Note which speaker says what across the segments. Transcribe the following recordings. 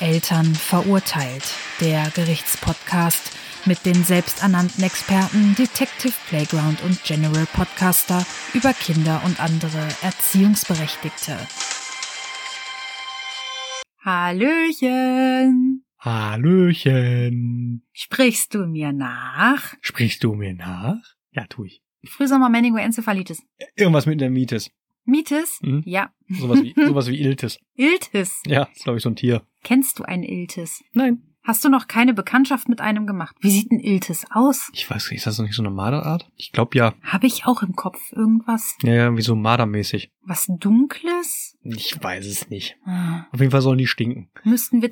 Speaker 1: Eltern verurteilt. Der Gerichtspodcast mit den selbsternannten Experten Detective Playground und General Podcaster über Kinder und andere Erziehungsberechtigte. Hallöchen!
Speaker 2: Hallöchen.
Speaker 1: Sprichst du mir nach?
Speaker 2: Sprichst du mir nach? Ja, tu ich.
Speaker 1: Frühsommer Meningoencephalitis.
Speaker 2: Irgendwas mit der Mietes.
Speaker 1: Mitis?
Speaker 2: Mhm.
Speaker 1: Ja.
Speaker 2: Sowas wie, sowas wie Iltis.
Speaker 1: Iltis.
Speaker 2: Ja, ist glaube ich so ein Tier.
Speaker 1: Kennst du ein Iltis?
Speaker 2: Nein.
Speaker 1: Hast du noch keine Bekanntschaft mit einem gemacht? Wie sieht ein Iltis aus?
Speaker 2: Ich weiß nicht, ist das noch nicht so eine Marderart? Ich glaube ja.
Speaker 1: Habe ich auch im Kopf irgendwas?
Speaker 2: Ja, ja, wie so Mardermäßig.
Speaker 1: Was Dunkles?
Speaker 2: Ich weiß es nicht.
Speaker 1: Ah,
Speaker 2: Auf jeden Fall sollen die stinken.
Speaker 1: Müssten wir.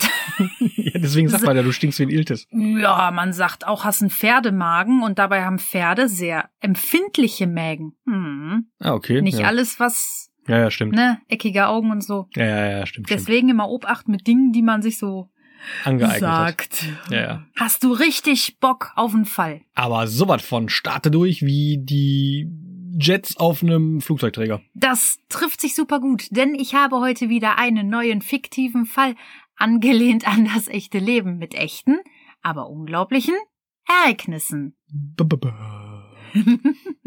Speaker 2: ja, deswegen sagt
Speaker 1: So-
Speaker 2: man ja, du stinkst wie ein Iltis.
Speaker 1: ja, man sagt auch, hast einen Pferdemagen und dabei haben Pferde sehr empfindliche Mägen. Hm.
Speaker 2: Ah, okay.
Speaker 1: Nicht
Speaker 2: ja.
Speaker 1: alles, was,
Speaker 2: Ja, ja, stimmt.
Speaker 1: ne, eckige Augen und so.
Speaker 2: Ja, ja, ja, stimmt. stimmt.
Speaker 1: Deswegen immer Obacht mit Dingen, die man sich so
Speaker 2: Angeeignet. Hat.
Speaker 1: sagt.
Speaker 2: Ja, ja.
Speaker 1: Hast du richtig Bock auf einen Fall?
Speaker 2: Aber sowas von starte durch wie die Jets auf einem Flugzeugträger.
Speaker 1: Das trifft sich super gut, denn ich habe heute wieder einen neuen fiktiven Fall, angelehnt an das echte Leben mit echten, aber unglaublichen Ereignissen.
Speaker 2: B -b -b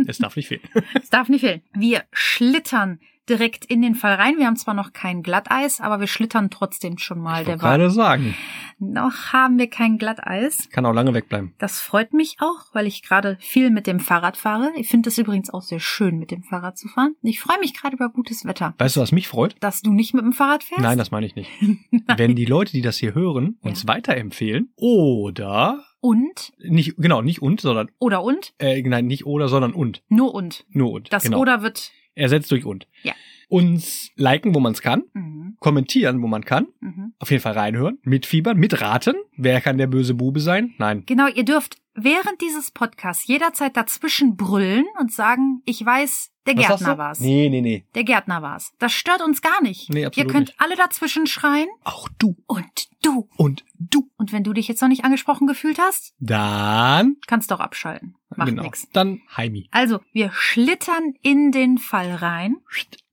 Speaker 2: es darf nicht fehlen.
Speaker 1: Es darf nicht fehlen. Wir schlittern direkt in den Fall rein. Wir haben zwar noch kein Glatteis, aber wir schlittern trotzdem schon mal.
Speaker 2: Ich wollte
Speaker 1: Der war.
Speaker 2: gerade sagen.
Speaker 1: Noch haben wir kein Glatteis.
Speaker 2: Kann auch lange wegbleiben.
Speaker 1: Das freut mich auch, weil ich gerade viel mit dem Fahrrad fahre. Ich finde es übrigens auch sehr schön, mit dem Fahrrad zu fahren. Ich freue mich gerade über gutes Wetter.
Speaker 2: Weißt du, was mich freut?
Speaker 1: Dass du nicht mit dem Fahrrad fährst?
Speaker 2: Nein, das meine ich nicht. Wenn die Leute, die das hier hören,
Speaker 1: Ja.
Speaker 2: uns weiterempfehlen oder
Speaker 1: Und?
Speaker 2: nicht genau nicht und, sondern
Speaker 1: Oder und?
Speaker 2: äh, nein nicht oder, sondern und
Speaker 1: Nur und.
Speaker 2: nur und.
Speaker 1: Das
Speaker 2: genau.
Speaker 1: oder wird.
Speaker 2: ersetzt durch und.
Speaker 1: Ja.
Speaker 2: Uns liken, wo man es kann,
Speaker 1: Mhm,
Speaker 2: kommentieren, wo man kann,
Speaker 1: mhm.
Speaker 2: auf jeden Fall reinhören, mitfiebern, mitraten. Wer kann der böse Bube sein? Nein.
Speaker 1: Genau, ihr dürft während dieses Podcasts jederzeit dazwischen brüllen und sagen, ich weiß, der
Speaker 2: Was sagst
Speaker 1: Gärtner
Speaker 2: du?
Speaker 1: war's.
Speaker 2: Nee, nee, nee.
Speaker 1: Der Gärtner war's. Das stört uns gar nicht.
Speaker 2: Nee,
Speaker 1: ihr
Speaker 2: absolut
Speaker 1: könnt
Speaker 2: nicht.
Speaker 1: alle dazwischen schreien
Speaker 2: Auch du
Speaker 1: und du.
Speaker 2: und du.
Speaker 1: Und wenn du dich jetzt noch nicht angesprochen gefühlt hast,
Speaker 2: Dann
Speaker 1: kannst du auch abschalten. Macht
Speaker 2: genau.
Speaker 1: nix.
Speaker 2: Dann Heimi.
Speaker 1: Also, wir schlittern in den Fall rein.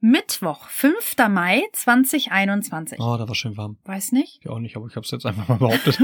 Speaker 1: Mittwoch, 5. Mai 2021.
Speaker 2: Oh, da war schön warm.
Speaker 1: Weiß nicht.
Speaker 2: Ich auch nicht, aber ich habe es jetzt einfach mal behauptet.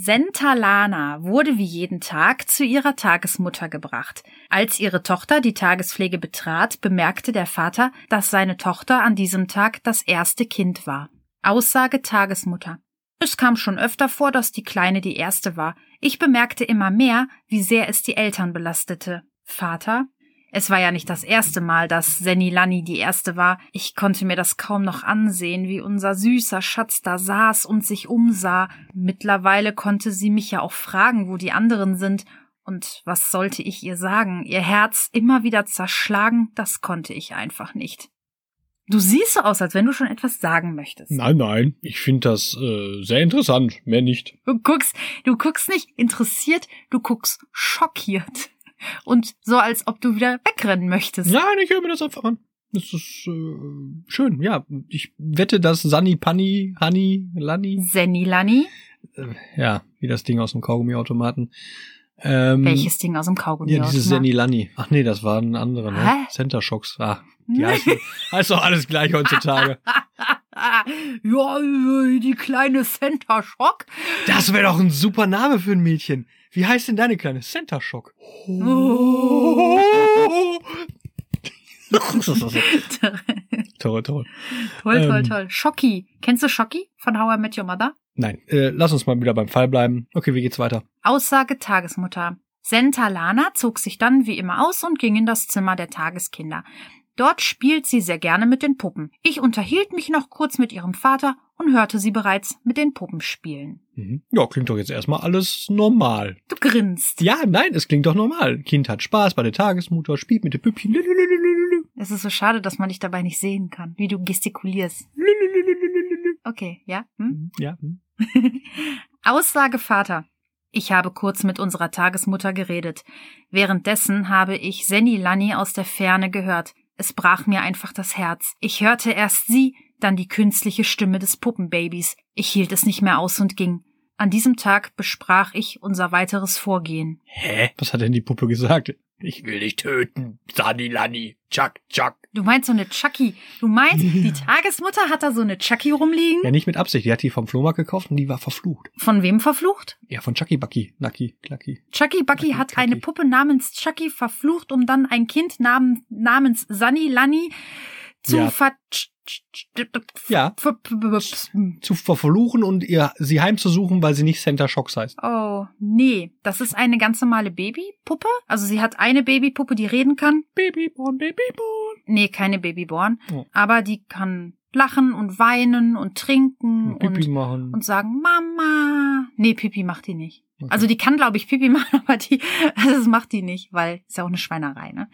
Speaker 1: Sentalana wurde wie jeden Tag zu ihrer Tagesmutter gebracht. Als ihre Tochter die Tagespflege betrat, bemerkte der Vater, dass seine Tochter an diesem Tag das erste Kind war. Aussage Tagesmutter. Es kam schon öfter vor, dass die Kleine die erste war. Ich bemerkte immer mehr, wie sehr es die Eltern belastete. Vater? Es war ja nicht das erste Mal, dass Senni Lanni die erste war. Ich konnte mir das kaum noch ansehen, wie unser süßer Schatz da saß und sich umsah. Mittlerweile konnte sie mich ja auch fragen, wo die anderen sind. Und was sollte ich ihr sagen? Ihr Herz immer wieder zerschlagen, das konnte ich einfach nicht. Du siehst so aus, als wenn du schon etwas sagen möchtest.
Speaker 2: Nein, nein. Ich finde das äh, sehr interessant. Mehr nicht.
Speaker 1: Du guckst, du guckst nicht interessiert, du guckst schockiert. Und so, als ob du wieder wegrennen möchtest.
Speaker 2: Nein, ich höre mir das einfach an. Das ist äh, schön, ja. Ich wette, dass Sunny Panny, Honey, Lanny,
Speaker 1: Senni Lanni,
Speaker 2: äh, ja, wie das Ding aus dem Kaugummiautomaten. Ähm,
Speaker 1: welches Ding aus dem Kaugummi?
Speaker 2: Ja, dieses
Speaker 1: ausmacht?
Speaker 2: Senny Lanny. Ach nee, das war ein anderer,
Speaker 1: Hä?
Speaker 2: ne? Center Shocks. Ah, die heißen, heißt doch alles gleich heutzutage.
Speaker 1: ja, äh, die kleine Center Shock.
Speaker 2: Das wäre doch ein super Name für ein Mädchen. Wie heißt denn deine kleine? Center Shock.
Speaker 1: Oh.
Speaker 2: toll, toll.
Speaker 1: toll, toll,
Speaker 2: Ähm.
Speaker 1: toll. Schocki. Kennst du Schocki von How I Met Your Mother?
Speaker 2: Nein, äh, lass uns mal wieder beim Fall bleiben. Okay, wie geht's weiter?
Speaker 1: Aussage Tagesmutter. Sentalana zog sich dann wie immer aus und ging in das Zimmer der Tageskinder. Dort spielt sie sehr gerne mit den Puppen. Ich unterhielt mich noch kurz mit ihrem Vater und hörte sie bereits mit den Puppen spielen.
Speaker 2: Mhm. Ja, klingt doch jetzt erstmal alles normal.
Speaker 1: Du grinst.
Speaker 2: Ja, nein, es klingt doch normal. Kind hat Spaß bei der Tagesmutter, spielt mit den Püppchen. Lülülülülülü.
Speaker 1: Es ist so schade, dass man dich dabei nicht sehen kann, wie du gestikulierst.
Speaker 2: Lülülülülülü.
Speaker 1: Okay, ja? Hm?
Speaker 2: Ja. hm.
Speaker 1: Aussage Vater. Ich habe kurz mit unserer Tagesmutter geredet. Währenddessen habe ich Senni Lanni aus der Ferne gehört. Es brach mir einfach das Herz. Ich hörte erst sie, dann die künstliche Stimme des Puppenbabys. Ich hielt es nicht mehr aus und ging. An diesem Tag besprach ich unser weiteres Vorgehen.
Speaker 2: Hä? Was hat denn die Puppe gesagt? Ich will dich töten. Sani Lani. Chuck, Chuck.
Speaker 1: Du meinst so eine Chucky. Du meinst, die Tagesmutter hat da so eine Chucky rumliegen?
Speaker 2: Ja, nicht mit Absicht. Die hat die vom Flohmarkt gekauft und die war verflucht.
Speaker 1: Von wem verflucht?
Speaker 2: Ja, von Chucky Bucky. Lucky, Clucky.
Speaker 1: Chucky Bucky
Speaker 2: Chucky,
Speaker 1: hat
Speaker 2: Chucky.
Speaker 1: eine Puppe namens Chucky verflucht, um dann ein Kind namen, namens Sunny Lanny zu
Speaker 2: Ja.
Speaker 1: ver...
Speaker 2: Ja.
Speaker 1: ver- ver-
Speaker 2: Zu verfluchen und ihr, sie heimzusuchen, weil sie nicht Center Shocks heißt.
Speaker 1: Oh, nee. Das ist eine ganz normale Babypuppe. Also sie hat eine Babypuppe, die reden kann.
Speaker 2: Babyborn, Babyborn.
Speaker 1: Nee, keine Babyborn.
Speaker 2: Oh.
Speaker 1: Aber die kann lachen und weinen und trinken
Speaker 2: Und Pipi
Speaker 1: und,
Speaker 2: machen.
Speaker 1: und sagen, Mama. Nee, Pipi macht die nicht.
Speaker 2: Okay.
Speaker 1: Also die kann, glaube ich, Pipi machen, aber die, also das macht die nicht, weil ist ja auch eine Schweinerei, ne?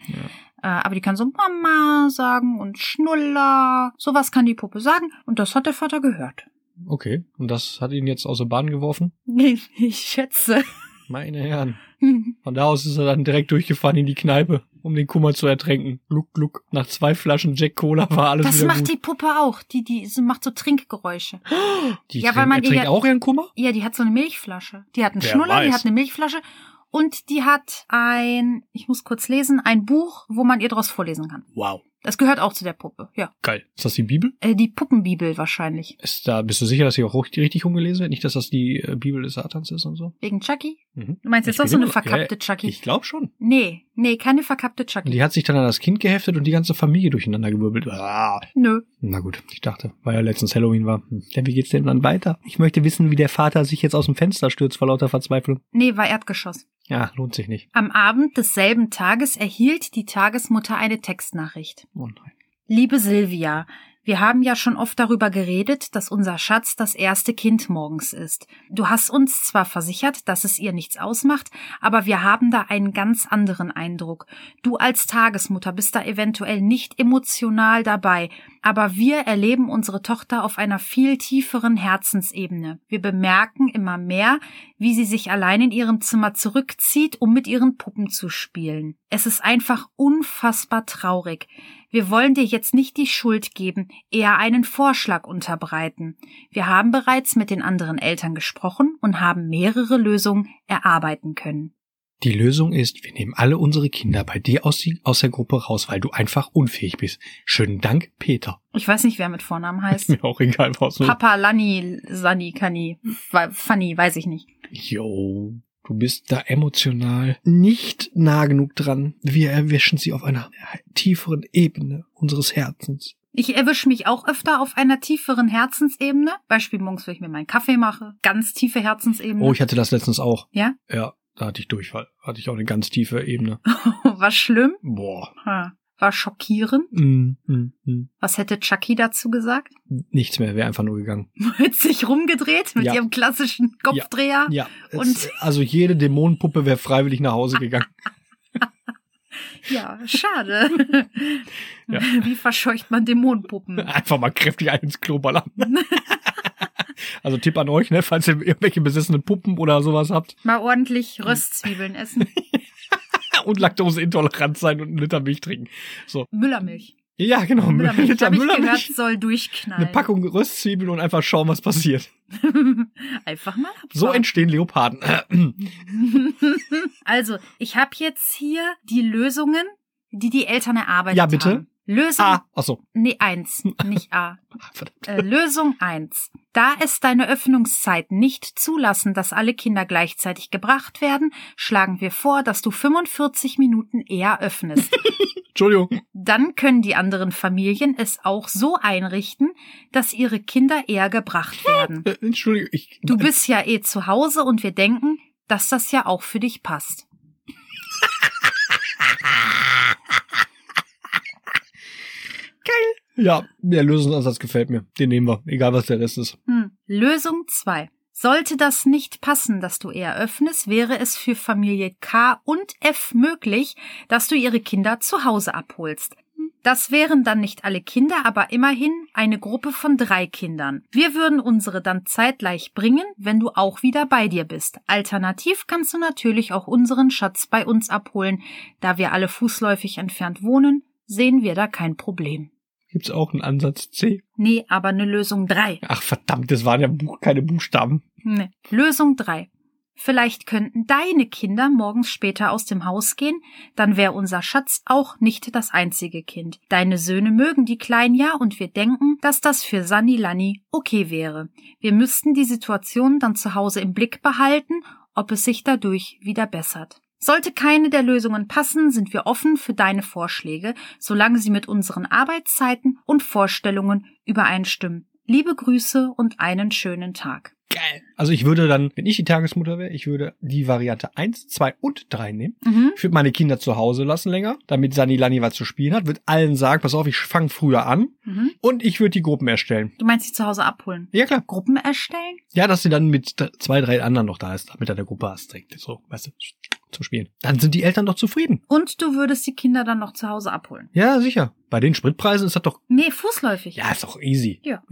Speaker 1: Äh, aber die kann so Mama sagen und Schnuller. Sowas kann die Puppe sagen. Und das hat der Vater gehört.
Speaker 2: Okay. Und das hat ihn jetzt aus der Bahn geworfen?
Speaker 1: Ich schätze.
Speaker 2: Meine Herren. Von da aus ist er dann direkt durchgefahren in die Kneipe, um den Kummer zu ertränken. Gluck, gluck. Nach zwei Flaschen Jack Cola war alles
Speaker 1: Das
Speaker 2: wieder
Speaker 1: macht
Speaker 2: gut.
Speaker 1: die Puppe auch. Die, die sie macht so Trinkgeräusche.
Speaker 2: Die
Speaker 1: Ja,
Speaker 2: trinkt-
Speaker 1: weil man
Speaker 2: er
Speaker 1: ihr
Speaker 2: trinkt
Speaker 1: ja-
Speaker 2: auch ihren Kummer?
Speaker 1: Ja, die hat so eine Milchflasche. Die hat einen
Speaker 2: Wer
Speaker 1: Schnuller, die
Speaker 2: weiß.
Speaker 1: hat eine Milchflasche und die hat ein, ich muss kurz lesen, ein Buch, wo man ihr draus vorlesen kann.
Speaker 2: Wow.
Speaker 1: Das gehört auch zu der Puppe, ja.
Speaker 2: Geil. Ist das die Bibel?
Speaker 1: Äh, die Puppenbibel wahrscheinlich.
Speaker 2: Ist da, bist du sicher, dass sie auch richtig, richtig umgelesen wird? Nicht, dass das die äh, Bibel des Satans ist und so?
Speaker 1: Wegen Chucky?
Speaker 2: Mhm.
Speaker 1: Du meinst jetzt
Speaker 2: Ich
Speaker 1: doch so
Speaker 2: bin
Speaker 1: eine
Speaker 2: immer-
Speaker 1: verkappte Chucky?
Speaker 2: Ich glaube schon.
Speaker 1: nee, nee, keine verkappte Chucky.
Speaker 2: Und die hat sich dann an das Kind geheftet und die ganze Familie durcheinander gewirbelt. Ah.
Speaker 1: Nö.
Speaker 2: Na gut, ich dachte, weil ja letztens Halloween war. Hm. Ja, wie geht's denn dann weiter? Ich möchte wissen, wie der Vater sich jetzt aus dem Fenster stürzt vor lauter Verzweiflung.
Speaker 1: Nee, war Erdgeschoss.
Speaker 2: Ja, lohnt sich nicht.
Speaker 1: Am Abend desselben Tages erhielt die Tagesmutter eine Textnachricht.
Speaker 2: Oh nein.
Speaker 1: Liebe Silvia, wir haben ja schon oft darüber geredet, dass unser Schatz das erste Kind morgens ist. Du hast uns zwar versichert, dass es ihr nichts ausmacht, aber wir haben da einen ganz anderen Eindruck. Du als Tagesmutter bist da eventuell nicht emotional dabei, aber wir erleben unsere Tochter auf einer viel tieferen Herzensebene. Wir bemerken immer mehr, wie sie sich allein in ihrem Zimmer zurückzieht, um mit ihren Puppen zu spielen. Es ist einfach unfassbar traurig. Wir wollen dir jetzt nicht die Schuld geben, eher einen Vorschlag unterbreiten. Wir haben bereits mit den anderen Eltern gesprochen und haben mehrere Lösungen erarbeiten können.
Speaker 2: Die Lösung ist, wir nehmen alle unsere Kinder bei dir aus, die, aus der Gruppe raus, weil du einfach unfähig bist. Schönen Dank, Peter.
Speaker 1: Ich weiß nicht, wer mit Vornamen
Speaker 2: Ist
Speaker 1: heißt.
Speaker 2: mir auch egal, was du.
Speaker 1: Papa, Lanni, Sani, Kani, Wa- Fanny, weiß ich nicht.
Speaker 2: Jo, du bist da emotional nicht nah genug dran. Wir erwischen sie auf einer tieferen Ebene unseres Herzens.
Speaker 1: Ich erwische mich auch öfter auf einer tieferen Herzensebene. Beispiel morgens, wenn ich mir meinen Kaffee mache. Ganz tiefe Herzensebene.
Speaker 2: Oh, ich hatte das letztens auch.
Speaker 1: Ja?
Speaker 2: Ja, da hatte ich Durchfall. Hatte ich auch eine ganz tiefe Ebene. Oh.
Speaker 1: War schlimm.
Speaker 2: Boah.
Speaker 1: Ha. War schockierend.
Speaker 2: Mm, mm, mm.
Speaker 1: Was hätte Chucky dazu gesagt?
Speaker 2: Nichts mehr, wäre einfach nur gegangen.
Speaker 1: Hat sich rumgedreht mit
Speaker 2: Ja.
Speaker 1: ihrem klassischen Kopfdreher.
Speaker 2: Ja, es,
Speaker 1: Und-
Speaker 2: also jede Dämonenpuppe wäre freiwillig nach Hause gegangen.
Speaker 1: Ja, schade.
Speaker 2: Ja.
Speaker 1: Wie verscheucht man Dämonenpuppen?
Speaker 2: Einfach mal kräftig einen ins Klo ballern. Also Tipp an euch, ne, falls ihr irgendwelche besessenen Puppen oder sowas habt
Speaker 1: Mal ordentlich Röstzwiebeln essen.
Speaker 2: und Laktoseintolerant sein und einen Liter Milch trinken.
Speaker 1: Müllermilch.
Speaker 2: Ja, genau,
Speaker 1: Müllermilch,
Speaker 2: Liter
Speaker 1: hab ich gehört,
Speaker 2: Müllermilch,
Speaker 1: soll
Speaker 2: eine
Speaker 1: durchknallen.
Speaker 2: Packung Röstzwiebeln und einfach schauen, was passiert.
Speaker 1: Einfach mal abfahren.
Speaker 2: So entstehen Leoparden.
Speaker 1: Also, ich habe jetzt hier die Lösungen, die die Eltern erarbeitet
Speaker 2: Ja, bitte.
Speaker 1: haben. Lösung,
Speaker 2: ah, ach so. Ah,
Speaker 1: nee, eins, nicht A.
Speaker 2: Verdammt.
Speaker 1: Äh, Lösung 1. Da es deine Öffnungszeiten nicht zulassen, dass alle Kinder gleichzeitig gebracht werden, schlagen wir vor, dass du 45 Minuten eher öffnest.
Speaker 2: Entschuldigung.
Speaker 1: Dann können die anderen Familien es auch so einrichten, dass ihre Kinder eher gebracht werden.
Speaker 2: Äh, Entschuldigung, ich
Speaker 1: Du bist ja eh zu Hause und wir denken, dass das ja auch für dich passt.
Speaker 2: Ja, der Lösungsansatz gefällt mir. Den nehmen wir, egal was der Rest ist.
Speaker 1: Hm. Lösung 2. Sollte das nicht passen, dass du eher öffnest, wäre es für Familie K und F möglich, dass du ihre Kinder zu Hause abholst. Das wären dann nicht alle Kinder, aber immerhin eine Gruppe von drei Kindern. Wir würden unsere dann zeitgleich bringen, wenn du auch wieder bei dir bist. Alternativ kannst du natürlich auch unseren Schatz bei uns abholen. Da wir alle fußläufig entfernt wohnen, sehen wir da kein Problem.
Speaker 2: Gibt's auch einen Ansatz C?
Speaker 1: Nee, aber eine Lösung 3.
Speaker 2: Ach verdammt, das waren ja Buch, keine Buchstaben.
Speaker 1: Nee. Ne, Lösung 3. Vielleicht könnten deine Kinder morgens später aus dem Haus gehen, dann wäre unser Schatz auch nicht das einzige Kind. Deine Söhne mögen die Kleinen ja und wir denken, dass das für Sani Lani okay wäre. Wir müssten die Situation dann zu Hause im Blick behalten, ob es sich dadurch wieder bessert. Sollte keine der Lösungen passen, sind wir offen für deine Vorschläge, solange sie mit unseren Arbeitszeiten und Vorstellungen übereinstimmen. Liebe Grüße und einen schönen Tag.
Speaker 2: Geil. Also ich würde dann, wenn ich die Tagesmutter wäre, ich würde die Variante 1, 2 und 3 nehmen.
Speaker 1: Mhm.
Speaker 2: Ich würde meine Kinder zu Hause lassen länger, damit Sani Lani was zu spielen hat. Würde allen sagen, pass auf, ich fange früher an.
Speaker 1: Mhm.
Speaker 2: Und ich würde die Gruppen erstellen.
Speaker 1: Du meinst sie zu Hause abholen?
Speaker 2: Ja, klar.
Speaker 1: Gruppen erstellen?
Speaker 2: Ja, dass sie dann mit d- zwei, drei anderen noch da ist, damit er der Gruppe hast direkt. So, weißt du, zum Spielen. Dann sind die Eltern doch zufrieden.
Speaker 1: Und du würdest die Kinder dann noch zu Hause abholen?
Speaker 2: Ja, sicher. Bei den Spritpreisen ist das doch,
Speaker 1: Nee, fußläufig.
Speaker 2: ja, ist doch easy.
Speaker 1: Ja.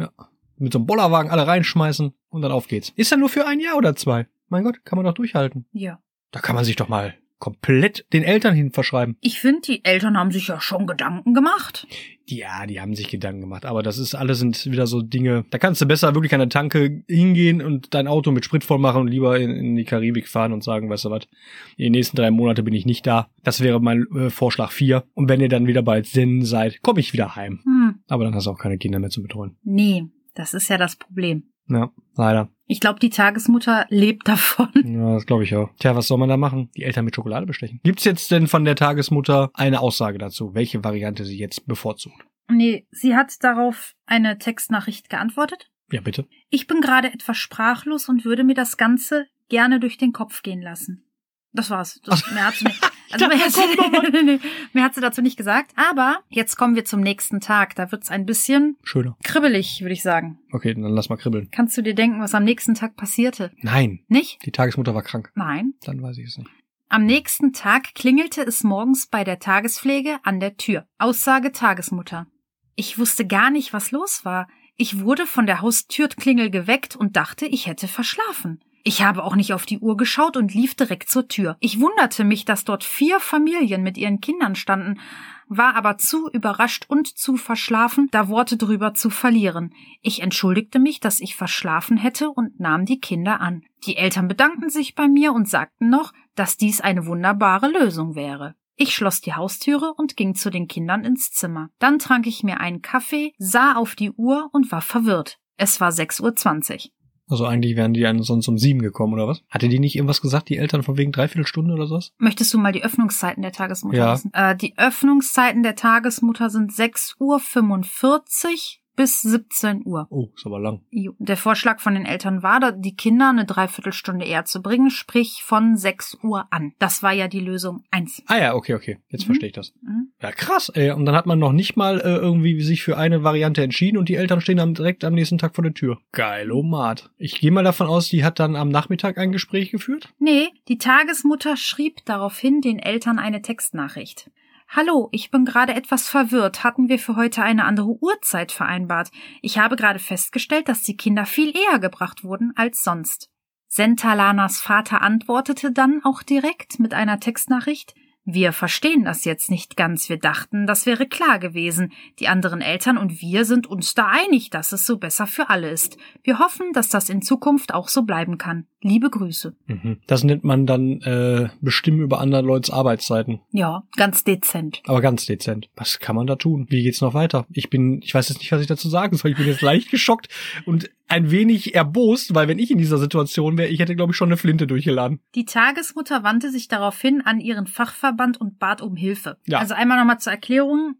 Speaker 2: Mit so einem Bollerwagen alle reinschmeißen und dann auf geht's. Ist ja nur für ein Jahr oder zwei. Mein Gott, kann man doch durchhalten.
Speaker 1: Ja.
Speaker 2: Da kann man sich doch mal komplett den Eltern hin verschreiben.
Speaker 1: Ich finde, die Eltern haben sich ja schon Gedanken gemacht.
Speaker 2: Ja, die haben sich Gedanken gemacht, aber das ist alles sind wieder so Dinge. Da kannst du besser wirklich an der Tanke hingehen und dein Auto mit Sprit voll machen und lieber in, in die Karibik fahren und sagen, weißt du was, in den nächsten drei Monate bin ich nicht da. Das wäre mein äh, Vorschlag vier. Und wenn ihr dann wieder bald Sinn seid, komme ich wieder heim.
Speaker 1: Hm,
Speaker 2: Aber dann hast du auch keine Kinder mehr zu betreuen.
Speaker 1: nee, das ist ja das Problem.
Speaker 2: Ja, leider.
Speaker 1: Ich glaube, die Tagesmutter lebt davon.
Speaker 2: Ja, das glaube ich auch. Tja, was soll man da machen? Die Eltern mit Schokolade bestechen. Gibt's jetzt denn von der Tagesmutter eine Aussage dazu, welche Variante sie jetzt bevorzugt?
Speaker 1: Nee, sie hat darauf eine Textnachricht geantwortet.
Speaker 2: Ja, bitte.
Speaker 1: Ich bin gerade etwas sprachlos und würde mir das Ganze gerne durch den Kopf gehen lassen. Das war's. Das, mehr, hat sie nicht, also mehr, hat sie, mehr hat sie dazu nicht gesagt. Aber jetzt kommen wir zum nächsten Tag. Da wird's ein bisschen
Speaker 2: Schöner.
Speaker 1: kribbelig, würde ich sagen.
Speaker 2: Okay, dann lass mal kribbeln.
Speaker 1: Kannst du dir denken, was am nächsten Tag passierte?
Speaker 2: Nein,
Speaker 1: Nicht?
Speaker 2: die Tagesmutter war krank.
Speaker 1: Nein.
Speaker 2: Dann weiß ich es nicht.
Speaker 1: Am nächsten Tag klingelte es morgens bei der Tagespflege an der Tür. Aussage Tagesmutter. Ich wusste gar nicht, was los war. Ich wurde von der Haustürklingel geweckt und dachte, ich hätte verschlafen. Ich habe auch nicht auf die Uhr geschaut und lief direkt zur Tür. Ich wunderte mich, dass dort vier Familien mit ihren Kindern standen, war aber zu überrascht und zu verschlafen, da Worte drüber zu verlieren. Ich entschuldigte mich, dass ich verschlafen hätte und nahm die Kinder an. Die Eltern bedankten sich bei mir und sagten noch, dass dies eine wunderbare Lösung wäre. Ich schloss die Haustüre und ging zu den Kindern ins Zimmer. Dann trank ich mir einen Kaffee, sah auf die Uhr und war verwirrt. Es war 6.20 Uhr.
Speaker 2: Also eigentlich wären die dann sonst um sieben gekommen, oder was? Hatte die nicht irgendwas gesagt, die Eltern von wegen dreiviertel Stunde oder sowas?
Speaker 1: Möchtest du mal die Öffnungszeiten der Tagesmutter
Speaker 2: Ja.
Speaker 1: wissen? Äh, die Öffnungszeiten der Tagesmutter sind 6.45 Uhr bis 17 Uhr.
Speaker 2: Oh, ist aber lang.
Speaker 1: Jo. Der Vorschlag von den Eltern war, da die Kinder eine Dreiviertelstunde eher zu bringen, sprich von 6 Uhr an. Das war ja die Lösung 1.
Speaker 2: Ah ja, okay, okay. Jetzt
Speaker 1: Mhm.
Speaker 2: verstehe ich das. Ja, krass, ey. Und dann hat man noch nicht mal äh, irgendwie sich für eine Variante entschieden und die Eltern stehen dann direkt am nächsten Tag vor der Tür. Geil, Omat. Ich gehe mal davon aus, die hat dann am Nachmittag ein Gespräch geführt.
Speaker 1: Nee, die Tagesmutter schrieb daraufhin den Eltern eine Textnachricht. Hallo, ich bin gerade etwas verwirrt. Hatten wir für heute eine andere Uhrzeit vereinbart? Ich habe gerade festgestellt, dass die Kinder viel eher gebracht wurden als sonst. Sentalanas Vater antwortete dann auch direkt mit einer Textnachricht Wir verstehen das jetzt nicht ganz. Wir dachten, das wäre klar gewesen. Die anderen Eltern und wir sind uns da einig, dass es so besser für alle ist. Wir hoffen, dass das in Zukunft auch so bleiben kann. Liebe Grüße.
Speaker 2: Mhm. Das nennt man dann äh, bestimmen über andere Leute's Arbeitszeiten.
Speaker 1: Ja, ganz dezent.
Speaker 2: Aber ganz dezent. Was kann man da tun? Wie geht's noch weiter? Ich bin, ich weiß jetzt nicht, was ich dazu sagen soll. Ich bin jetzt leicht geschockt und ein wenig erbost, weil wenn ich in dieser Situation wäre, ich hätte, glaube ich, schon eine Flinte durchgeladen.
Speaker 1: Die Tagesmutter wandte sich daraufhin an ihren Fachverband und bat um Hilfe.
Speaker 2: Ja.
Speaker 1: Also einmal nochmal zur Erklärung.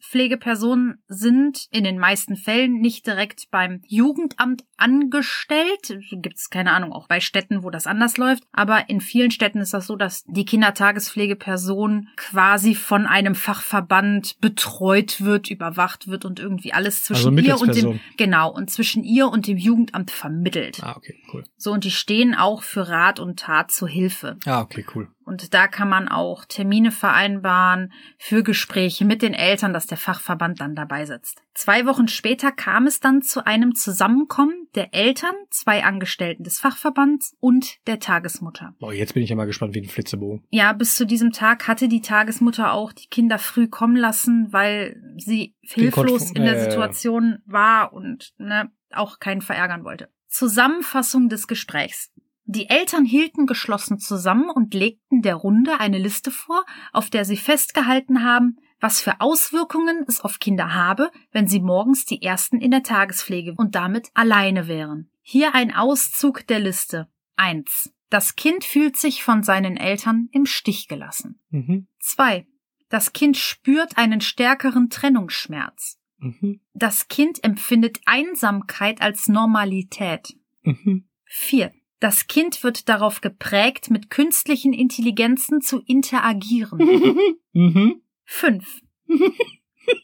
Speaker 1: Tagespflegepersonen sind in den meisten Fällen nicht direkt beim Jugendamt angestellt. Gibt es keine Ahnung, auch bei Städten, wo das anders läuft. Aber in vielen Städten ist das so, dass die Kindertagespflegeperson quasi von einem Fachverband betreut wird, überwacht wird und irgendwie alles
Speaker 2: Also
Speaker 1: zwischen ihr und dem,
Speaker 2: Mittelsperson.
Speaker 1: genau, und zwischen ihr und dem Jugendamt vermittelt.
Speaker 2: Ah, okay, cool.
Speaker 1: So, und die stehen auch für Rat und Tat zur Hilfe.
Speaker 2: Ah, okay, cool.
Speaker 1: Und da kann man auch Termine vereinbaren für Gespräche mit den Eltern, dass der Fachverband dann dabei sitzt. Zwei Wochen später kam es dann zu einem Zusammenkommen der Eltern, zwei Angestellten des Fachverbands und der Tagesmutter.
Speaker 2: Boah, jetzt bin ich ja mal gespannt wie ein Flitzebogen.
Speaker 1: Ja, bis zu diesem Tag hatte die Tagesmutter auch die Kinder früh kommen lassen, weil sie hilflos
Speaker 2: Konflikt-
Speaker 1: in der
Speaker 2: äh.
Speaker 1: Situation war und ne, auch keinen verärgern wollte. Zusammenfassung des Gesprächs. Die Eltern hielten geschlossen zusammen und legten der Runde eine Liste vor, auf der sie festgehalten haben, was für Auswirkungen es auf Kinder habe, wenn sie morgens die ersten in der Tagespflege und damit alleine wären. Hier ein Auszug der Liste. 1. Das Kind fühlt sich von seinen Eltern im Stich gelassen.
Speaker 2: Mhm.
Speaker 1: 2. Das Kind spürt einen stärkeren Trennungsschmerz.
Speaker 2: Mhm.
Speaker 1: Das Kind empfindet Einsamkeit als Normalität.
Speaker 2: Mhm.
Speaker 1: 4. Das Kind wird darauf geprägt, mit künstlichen Intelligenzen zu interagieren.
Speaker 2: Mhm.
Speaker 1: 5.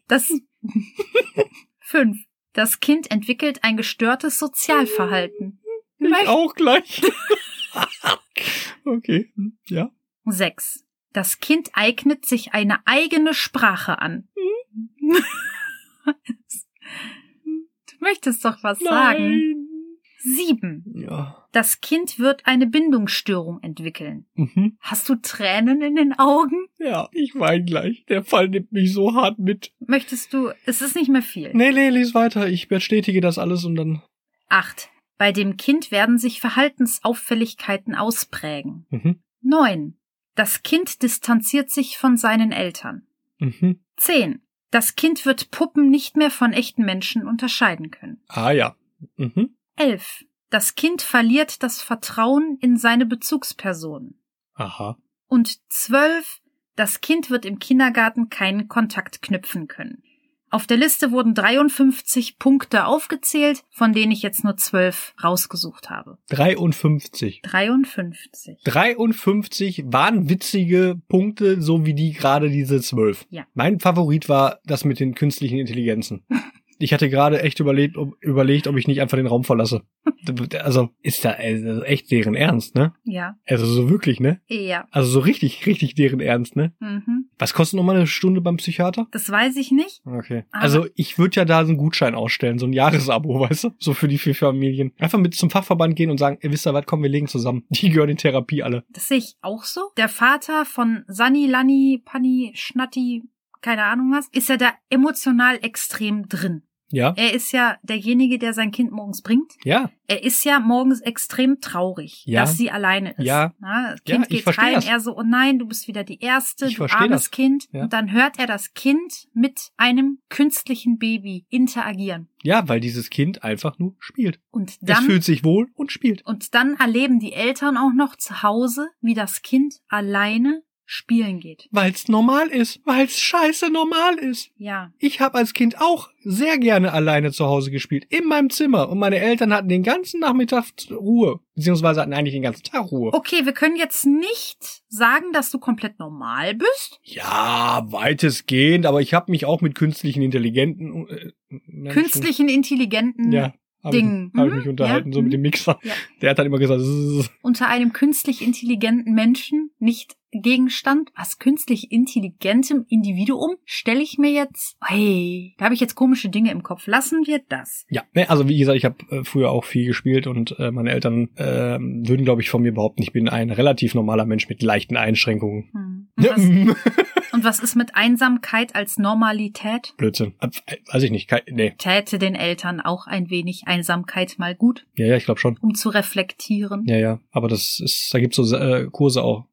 Speaker 1: Das 5. Das Kind entwickelt ein gestörtes Sozialverhalten.
Speaker 2: Ich auch gleich. okay. Ja.
Speaker 1: 6. Das Kind eignet sich eine eigene Sprache an. Du möchtest doch was sagen.
Speaker 2: Nein.
Speaker 1: 7.
Speaker 2: Ja.
Speaker 1: Das Kind wird eine Bindungsstörung entwickeln.
Speaker 2: Mhm.
Speaker 1: Hast du Tränen in den Augen?
Speaker 2: Ja, ich weine gleich. Der Fall nimmt mich so hart mit.
Speaker 1: Möchtest du, es ist nicht mehr viel.
Speaker 2: Nee, nee, lies weiter. Ich bestätige das alles und dann.
Speaker 1: 8. Bei dem Kind werden sich Verhaltensauffälligkeiten ausprägen.
Speaker 2: Mhm.
Speaker 1: 9. Das Kind distanziert sich von seinen Eltern.
Speaker 2: Mhm.
Speaker 1: 10. Das Kind wird Puppen nicht mehr von echten Menschen unterscheiden können.
Speaker 2: Ah ja. Mhm.
Speaker 1: 11. Das Kind verliert das Vertrauen in seine Bezugspersonen.
Speaker 2: Aha.
Speaker 1: Und 12. Das Kind wird im Kindergarten keinen Kontakt knüpfen können. Auf der Liste wurden 53 Punkte aufgezählt, von denen ich jetzt nur 12 rausgesucht habe.
Speaker 2: 53.
Speaker 1: 53.
Speaker 2: 53 waren witzige Punkte, so wie die gerade diese 12.
Speaker 1: Ja.
Speaker 2: Mein Favorit war das mit den künstlichen Intelligenzen. Ich hatte gerade echt überlegt ob, überlegt, ob ich nicht einfach den Raum verlasse. Also ist da also echt deren Ernst, ne?
Speaker 1: Ja,
Speaker 2: Also so wirklich, ne?
Speaker 1: ja.
Speaker 2: Also so richtig, richtig deren Ernst, ne?
Speaker 1: Mhm.
Speaker 2: Was kostet nochmal eine Stunde beim Psychiater?
Speaker 1: Das weiß ich nicht.
Speaker 2: Okay.
Speaker 1: Aber-
Speaker 2: also ich würde ja da so einen Gutschein ausstellen, so ein Jahresabo, weißt du? So für die vier Familien. Einfach mit zum Fachverband gehen und sagen, ey, wisst ihr was, komm, wir legen zusammen. Die gehören in Therapie alle.
Speaker 1: Das sehe ich auch so. Der Vater von Sani, Lani, Pani, Schnatti, keine Ahnung was, ist ja da emotional extrem drin.
Speaker 2: Ja?
Speaker 1: Er ist ja derjenige, der sein Kind morgens bringt.
Speaker 2: Ja.
Speaker 1: Er ist ja morgens extrem traurig,
Speaker 2: Ja.
Speaker 1: dass sie alleine ist.
Speaker 2: Ja.
Speaker 1: Na, das
Speaker 2: Ja,
Speaker 1: Kind
Speaker 2: ich
Speaker 1: geht
Speaker 2: verstehe
Speaker 1: rein,
Speaker 2: das.
Speaker 1: er so, oh nein, du bist wieder die Erste,
Speaker 2: Ich
Speaker 1: du
Speaker 2: verstehe
Speaker 1: armes
Speaker 2: das.
Speaker 1: Kind.
Speaker 2: Ja.
Speaker 1: Und dann hört er das Kind mit einem künstlichen Baby interagieren.
Speaker 2: Ja, weil dieses Kind einfach nur spielt.
Speaker 1: Und
Speaker 2: es
Speaker 1: dann,
Speaker 2: fühlt sich wohl und spielt.
Speaker 1: und dann erleben die Eltern auch noch zu Hause, wie das Kind alleine spielen geht.
Speaker 2: Weil's normal ist. Weil's scheiße normal ist.
Speaker 1: Ja,
Speaker 2: Ich habe als Kind auch sehr gerne alleine zu Hause gespielt. In meinem Zimmer. Und meine Eltern hatten den ganzen Nachmittag Ruhe. Beziehungsweise hatten eigentlich den ganzen Tag Ruhe.
Speaker 1: Okay, wir können jetzt nicht sagen, dass du komplett normal bist.
Speaker 2: Ja, weitestgehend. Aber ich habe mich auch mit künstlichen Intelligenten... Äh, Menschen-
Speaker 1: Künstlichen, intelligenten,
Speaker 2: Ja. Habe ich,
Speaker 1: Dingen.
Speaker 2: hab ich
Speaker 1: Mhm,
Speaker 2: mich unterhalten,
Speaker 1: ja,
Speaker 2: so
Speaker 1: mhm.
Speaker 2: mit dem Mixer.
Speaker 1: Ja.
Speaker 2: Der hat dann immer gesagt, "Zzz."
Speaker 1: unter einem künstlich intelligenten Menschen, nicht Gegenstand, was künstlich intelligentem Individuum, stelle ich mir jetzt, hey, da habe ich jetzt komische Dinge im Kopf. Lassen wir das.
Speaker 2: ja. Ne, also wie gesagt, ich habe äh, früher auch viel gespielt und äh, meine Eltern äh, würden, glaube ich, von mir behaupten, ich bin ein relativ normaler Mensch mit leichten Einschränkungen.
Speaker 1: Hm. Und, was, und was ist mit Einsamkeit als Normalität?
Speaker 2: Blödsinn. Äh, Weiß ich nicht. Kein, nee.
Speaker 1: Täte den Eltern auch ein wenig Einsamkeit mal gut,
Speaker 2: Ja, ja, ich glaube schon.
Speaker 1: um zu reflektieren?
Speaker 2: Ja, ja. Aber das ist, da gibt's so äh, Kurse auch,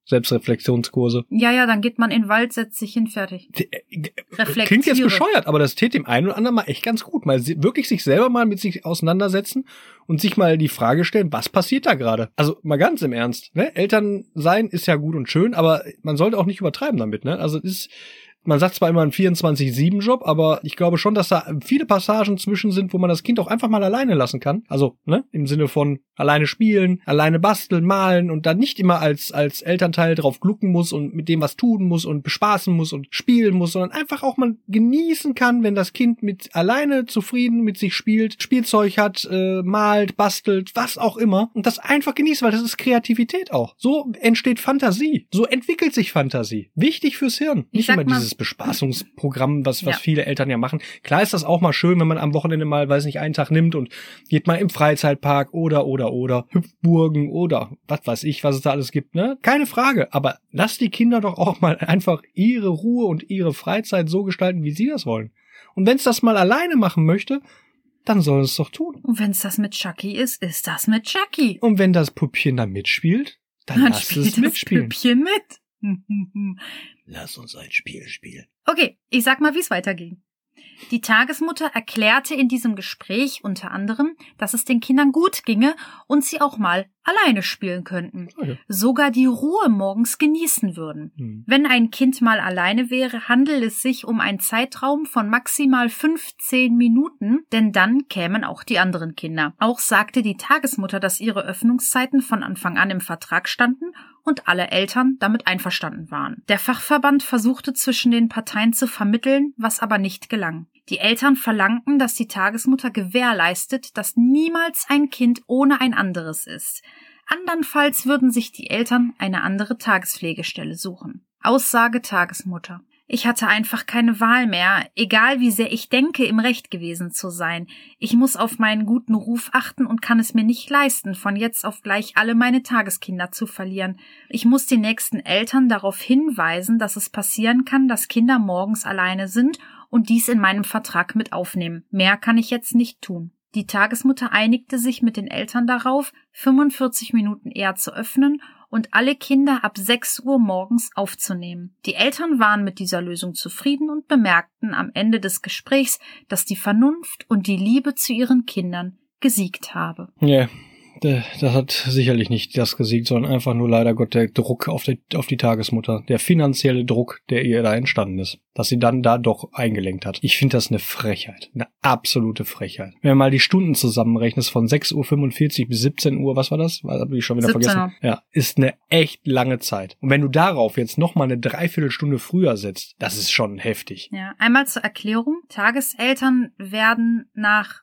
Speaker 2: Selbstreflexionskurse.
Speaker 1: Ja, ja, dann geht man in den Wald, setzt sich hin, fertig.
Speaker 2: D- äh,
Speaker 1: Reflektiere.
Speaker 2: Klingt jetzt bescheuert, aber das tät dem einen oder anderen mal echt ganz gut. Mal se- wirklich sich selber mal mit sich auseinandersetzen und sich mal die Frage stellen, was passiert da gerade? Also mal ganz im Ernst, ne? Eltern sein ist ja gut und schön, aber man sollte auch nicht übertreiben damit, ne? Also es ist, Man sagt zwar immer einen 24-7-Job, aber ich glaube schon, dass da viele Passagen zwischen sind, wo man das Kind auch einfach mal alleine lassen kann. Also, ne, im Sinne von alleine spielen, alleine basteln, malen und dann nicht immer als, als Elternteil drauf glucken muss und mit dem was tun muss und bespaßen muss und spielen muss, sondern einfach auch mal genießen kann, wenn das Kind mit alleine zufrieden mit sich spielt, Spielzeug hat, äh, malt, bastelt, was auch immer und das einfach genießen, weil das ist Kreativität auch. So entsteht Fantasie. So entwickelt sich Fantasie. Wichtig fürs Hirn.
Speaker 1: Ich
Speaker 2: Nicht
Speaker 1: sag
Speaker 2: immer
Speaker 1: mal-
Speaker 2: dieses Bespaßungsprogramm, was, was
Speaker 1: Ja.
Speaker 2: viele Eltern ja machen. Klar ist das auch mal schön, wenn man am Wochenende mal, weiß nicht, einen Tag nimmt und geht mal im Freizeitpark oder, oder, oder, Hüpfburgen oder was weiß ich, was es da alles gibt, ne? Keine Frage. Aber lasst die Kinder doch auch mal einfach ihre Ruhe und ihre Freizeit so gestalten, wie sie das wollen. Und wenn es das mal alleine machen möchte, dann soll es doch tun.
Speaker 1: Und wenn's das mit Chucky ist, ist das mit Chucky.
Speaker 2: Und wenn das Puppchen da mitspielt, dann,
Speaker 1: Dann
Speaker 2: lasst Oh, es
Speaker 1: spielt das
Speaker 2: mitspielen.
Speaker 1: Püppchen mit.
Speaker 2: Lass uns ein Spiel spielen.
Speaker 1: Okay, ich sag mal, wie es weiterging. Die Tagesmutter erklärte in diesem Gespräch unter anderem, dass es den Kindern gut ginge und sie auch mal alleine spielen könnten,
Speaker 2: Ah ja.
Speaker 1: sogar die Ruhe morgens genießen würden.
Speaker 2: Hm.
Speaker 1: Wenn ein Kind mal alleine wäre, handelt es sich um einen Zeitraum von maximal 15 Minuten, denn dann kämen auch die anderen Kinder. Auch sagte die Tagesmutter, dass ihre Öffnungszeiten von Anfang an im Vertrag standen und alle Eltern damit einverstanden waren. Der Fachverband versuchte zwischen den Parteien zu vermitteln, was aber nicht gelang. Die Eltern verlangten, dass die Tagesmutter gewährleistet, dass niemals ein Kind ohne ein anderes ist. Andernfalls würden sich die Eltern eine andere Tagespflegestelle suchen. Aussage Tagesmutter. Ich hatte einfach keine Wahl mehr, egal wie sehr ich denke, im Recht gewesen zu sein. Ich muss auf meinen guten Ruf achten und kann es mir nicht leisten, von jetzt auf gleich alle meine Tageskinder zu verlieren. Ich muss die nächsten Eltern darauf hinweisen, dass es passieren kann, dass Kinder morgens alleine sind und dies in meinem Vertrag mit aufnehmen. Mehr kann ich jetzt nicht tun. Die Tagesmutter einigte sich mit den Eltern darauf, 45 Minuten eher zu öffnen und alle Kinder ab 6 Uhr morgens aufzunehmen. Die Eltern waren mit dieser Lösung zufrieden und bemerkten am Ende des Gesprächs, dass die Vernunft und die Liebe zu ihren Kindern gesiegt habe.
Speaker 2: Ja, d- das hat sicherlich nicht das gesiegt, sondern einfach nur leider Gott der Druck auf die, auf die Tagesmutter, der finanzielle Druck, der ihr da entstanden ist, dass sie dann da doch eingelenkt hat. Ich finde das eine Frechheit, eine absolute Frechheit. Wenn man mal die Stunden zusammenrechnest von 6.45 Uhr bis 17 Uhr, was war das? War- Hab ich schon wieder
Speaker 1: 17 Uhr.
Speaker 2: vergessen. Ja, ist eine echt lange Zeit. Und wenn du darauf jetzt nochmal eine Dreiviertelstunde früher setzt, das ist schon heftig.
Speaker 1: Ja, einmal zur Erklärung. Tageseltern werden nach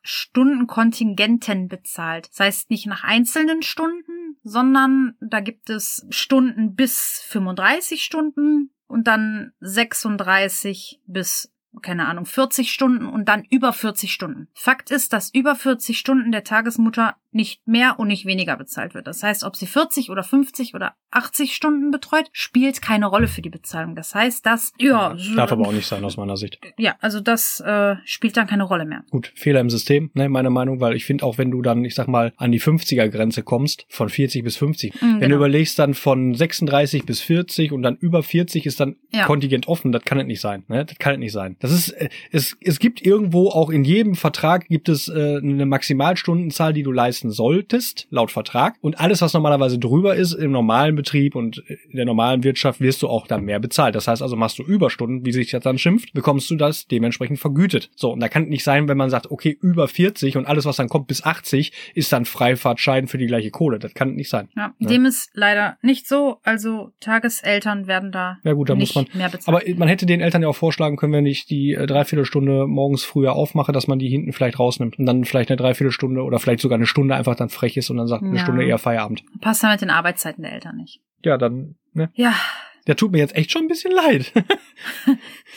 Speaker 1: Stundenkontingenten bezahlt. Das heißt nicht nach einzelnen Stunden, sondern da gibt es Stunden bis 35 Stunden und dann 36 bis keine Ahnung, 40 Stunden und dann über 40 Stunden. Fakt ist, dass über 40 Stunden der Tagesmutter nicht mehr und nicht weniger bezahlt wird. Das heißt, ob sie 40 oder 50 oder 80 Stunden betreut, spielt keine Rolle für die Bezahlung. Das heißt, dass, ja,
Speaker 2: Darf aber auch nicht sein aus meiner Sicht.
Speaker 1: ja, also das äh, spielt dann keine Rolle mehr.
Speaker 2: gut, Fehler im System, ne, meiner Meinung, weil ich finde auch, wenn du dann, ich sag mal, an die 50er-Grenze kommst, von 40 bis 50,
Speaker 1: Mhm,
Speaker 2: wenn
Speaker 1: genau.
Speaker 2: du überlegst dann von 36 bis 40 und dann über 40 ist dann
Speaker 1: Ja.
Speaker 2: Kontingent offen, das kann es nicht sein, ne, das kann es nicht sein. Das ist, äh, es, es gibt irgendwo auch in jedem Vertrag gibt es äh, eine Maximalstundenzahl, die du leisten solltest, laut Vertrag und alles, was normalerweise drüber ist, im normalen Betrieb und äh, in der normalen Wirtschaft wirst du auch dann mehr bezahlt. Das heißt also, machst du Überstunden, wie sich das dann schimpft, bekommst du das dementsprechend vergütet. So, und da kann es nicht sein, wenn man sagt, okay, über 40 und alles, was dann kommt bis 80, ist dann Freifahrtschein für die gleiche Kohle. Das kann nicht sein.
Speaker 1: Ja,
Speaker 2: Ja.
Speaker 1: Dem ist leider nicht so. Also Tageseltern werden da
Speaker 2: Ja gut, da
Speaker 1: nicht
Speaker 2: muss man
Speaker 1: mehr bezahlt.
Speaker 2: Aber man hätte den Eltern ja auch vorschlagen können, wenn ich die äh, Dreiviertelstunde morgens früher aufmache, dass man die hinten vielleicht rausnimmt und dann vielleicht eine Dreiviertelstunde oder vielleicht sogar eine Stunde einfach dann frech ist und dann sagt, eine
Speaker 1: Ja.
Speaker 2: Stunde eher Feierabend.
Speaker 1: Passt ja mit den Arbeitszeiten der Eltern nicht.
Speaker 2: Ja, dann, ne?
Speaker 1: Ja,
Speaker 2: Der tut mir jetzt echt schon ein bisschen leid.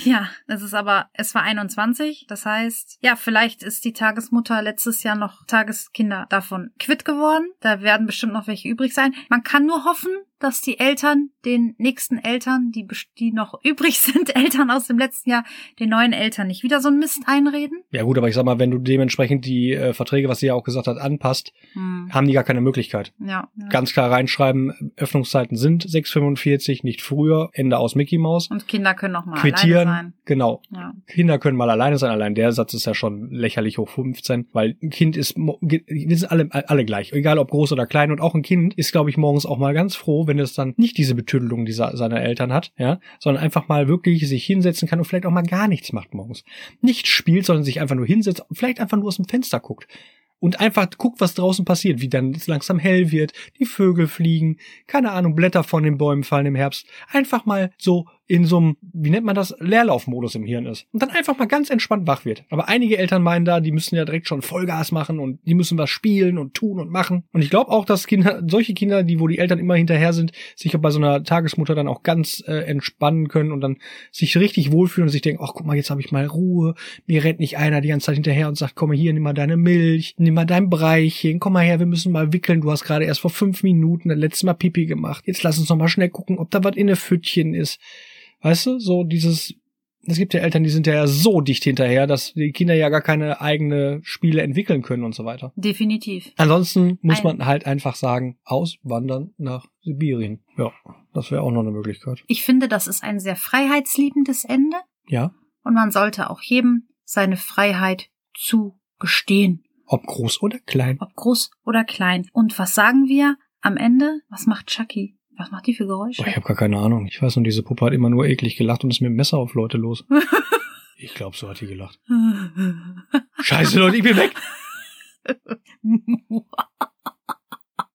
Speaker 1: ja, es ist aber, es war 21, das heißt, ja, vielleicht ist die Tagesmutter letztes Jahr noch Tageskinder davon quitt geworden. Da werden bestimmt noch welche übrig sein. Man kann nur hoffen, dass die Eltern den nächsten Eltern, die, best- die noch übrig sind, Eltern aus dem letzten Jahr, den neuen Eltern nicht wieder so einen Mist einreden.
Speaker 2: ja gut, aber ich sag mal, wenn du dementsprechend die äh, Verträge, was sie ja auch gesagt hat, anpasst,
Speaker 1: Hm.
Speaker 2: haben die gar keine Möglichkeit.
Speaker 1: Ja, ja.
Speaker 2: Ganz klar reinschreiben, Öffnungszeiten sind 6,45, nicht früher, Ende aus Mickey Mouse.
Speaker 1: Und Kinder können auch mal
Speaker 2: Quittieren,
Speaker 1: alleine
Speaker 2: genau,
Speaker 1: sein. Ja.
Speaker 2: Kinder können mal alleine sein. Allein der Satz ist ja schon lächerlich hoch 15, weil ein Kind ist, mo- ge- wir sind alle, alle gleich, egal ob groß oder klein. Und auch ein Kind ist, glaube ich, morgens auch mal ganz froh, wenn es dann nicht diese Betüdelung dieser, seiner Eltern hat, ja, sondern einfach mal wirklich sich hinsetzen kann und vielleicht auch mal gar nichts macht morgens. Nicht spielt, sondern sich einfach nur hinsetzt und vielleicht einfach nur aus dem Fenster guckt und einfach guckt, was draußen passiert, wie dann es langsam hell wird, die Vögel fliegen, keine Ahnung, Blätter von den Bäumen fallen im Herbst. Einfach mal so in so einem, wie nennt man das, Leerlaufmodus im Hirn ist. Und dann einfach mal ganz entspannt wach wird. Aber einige Eltern meinen da, die müssen ja direkt schon Vollgas machen und die müssen was spielen und tun und machen. Und ich glaube auch, dass Kinder, solche Kinder, die, wo die Eltern immer hinterher sind, sich bei so einer Tagesmutter dann auch ganz äh, entspannen können und dann sich richtig wohlfühlen und sich denken, ach guck mal, jetzt habe ich mal Ruhe, mir rennt nicht einer die ganze Zeit hinterher und sagt, komm mal hier, nimm mal deine Milch, nimm mal dein Breichen, komm mal her, wir müssen mal wickeln, du hast gerade erst vor fünf Minuten das letzte Mal Pipi gemacht. Jetzt lass uns noch mal schnell gucken, ob da was in der Pfötchen ist. Weißt du, so dieses, es gibt ja Eltern, die sind ja so dicht hinterher, dass die Kinder ja gar keine eigene Spiele entwickeln können und so weiter.
Speaker 1: Definitiv.
Speaker 2: Ansonsten muss
Speaker 1: Ein-
Speaker 2: man halt einfach sagen, auswandern nach Sibirien. Ja, das wäre auch noch eine Möglichkeit.
Speaker 1: Ich finde, das ist ein sehr freiheitsliebendes Ende
Speaker 2: Ja,
Speaker 1: und man sollte auch jedem seine Freiheit zugestehen,
Speaker 2: ob groß oder klein.
Speaker 1: ob groß oder klein. Und was sagen wir am Ende? Was macht Chucky? Was macht die für Geräusche?
Speaker 2: Boah, ich habe gar keine Ahnung. Ich weiß nur, diese Puppe hat immer nur eklig gelacht und ist mit dem Messer auf Leute los. Ich glaube, so hat die gelacht. Scheiße, Leute, ich bin weg.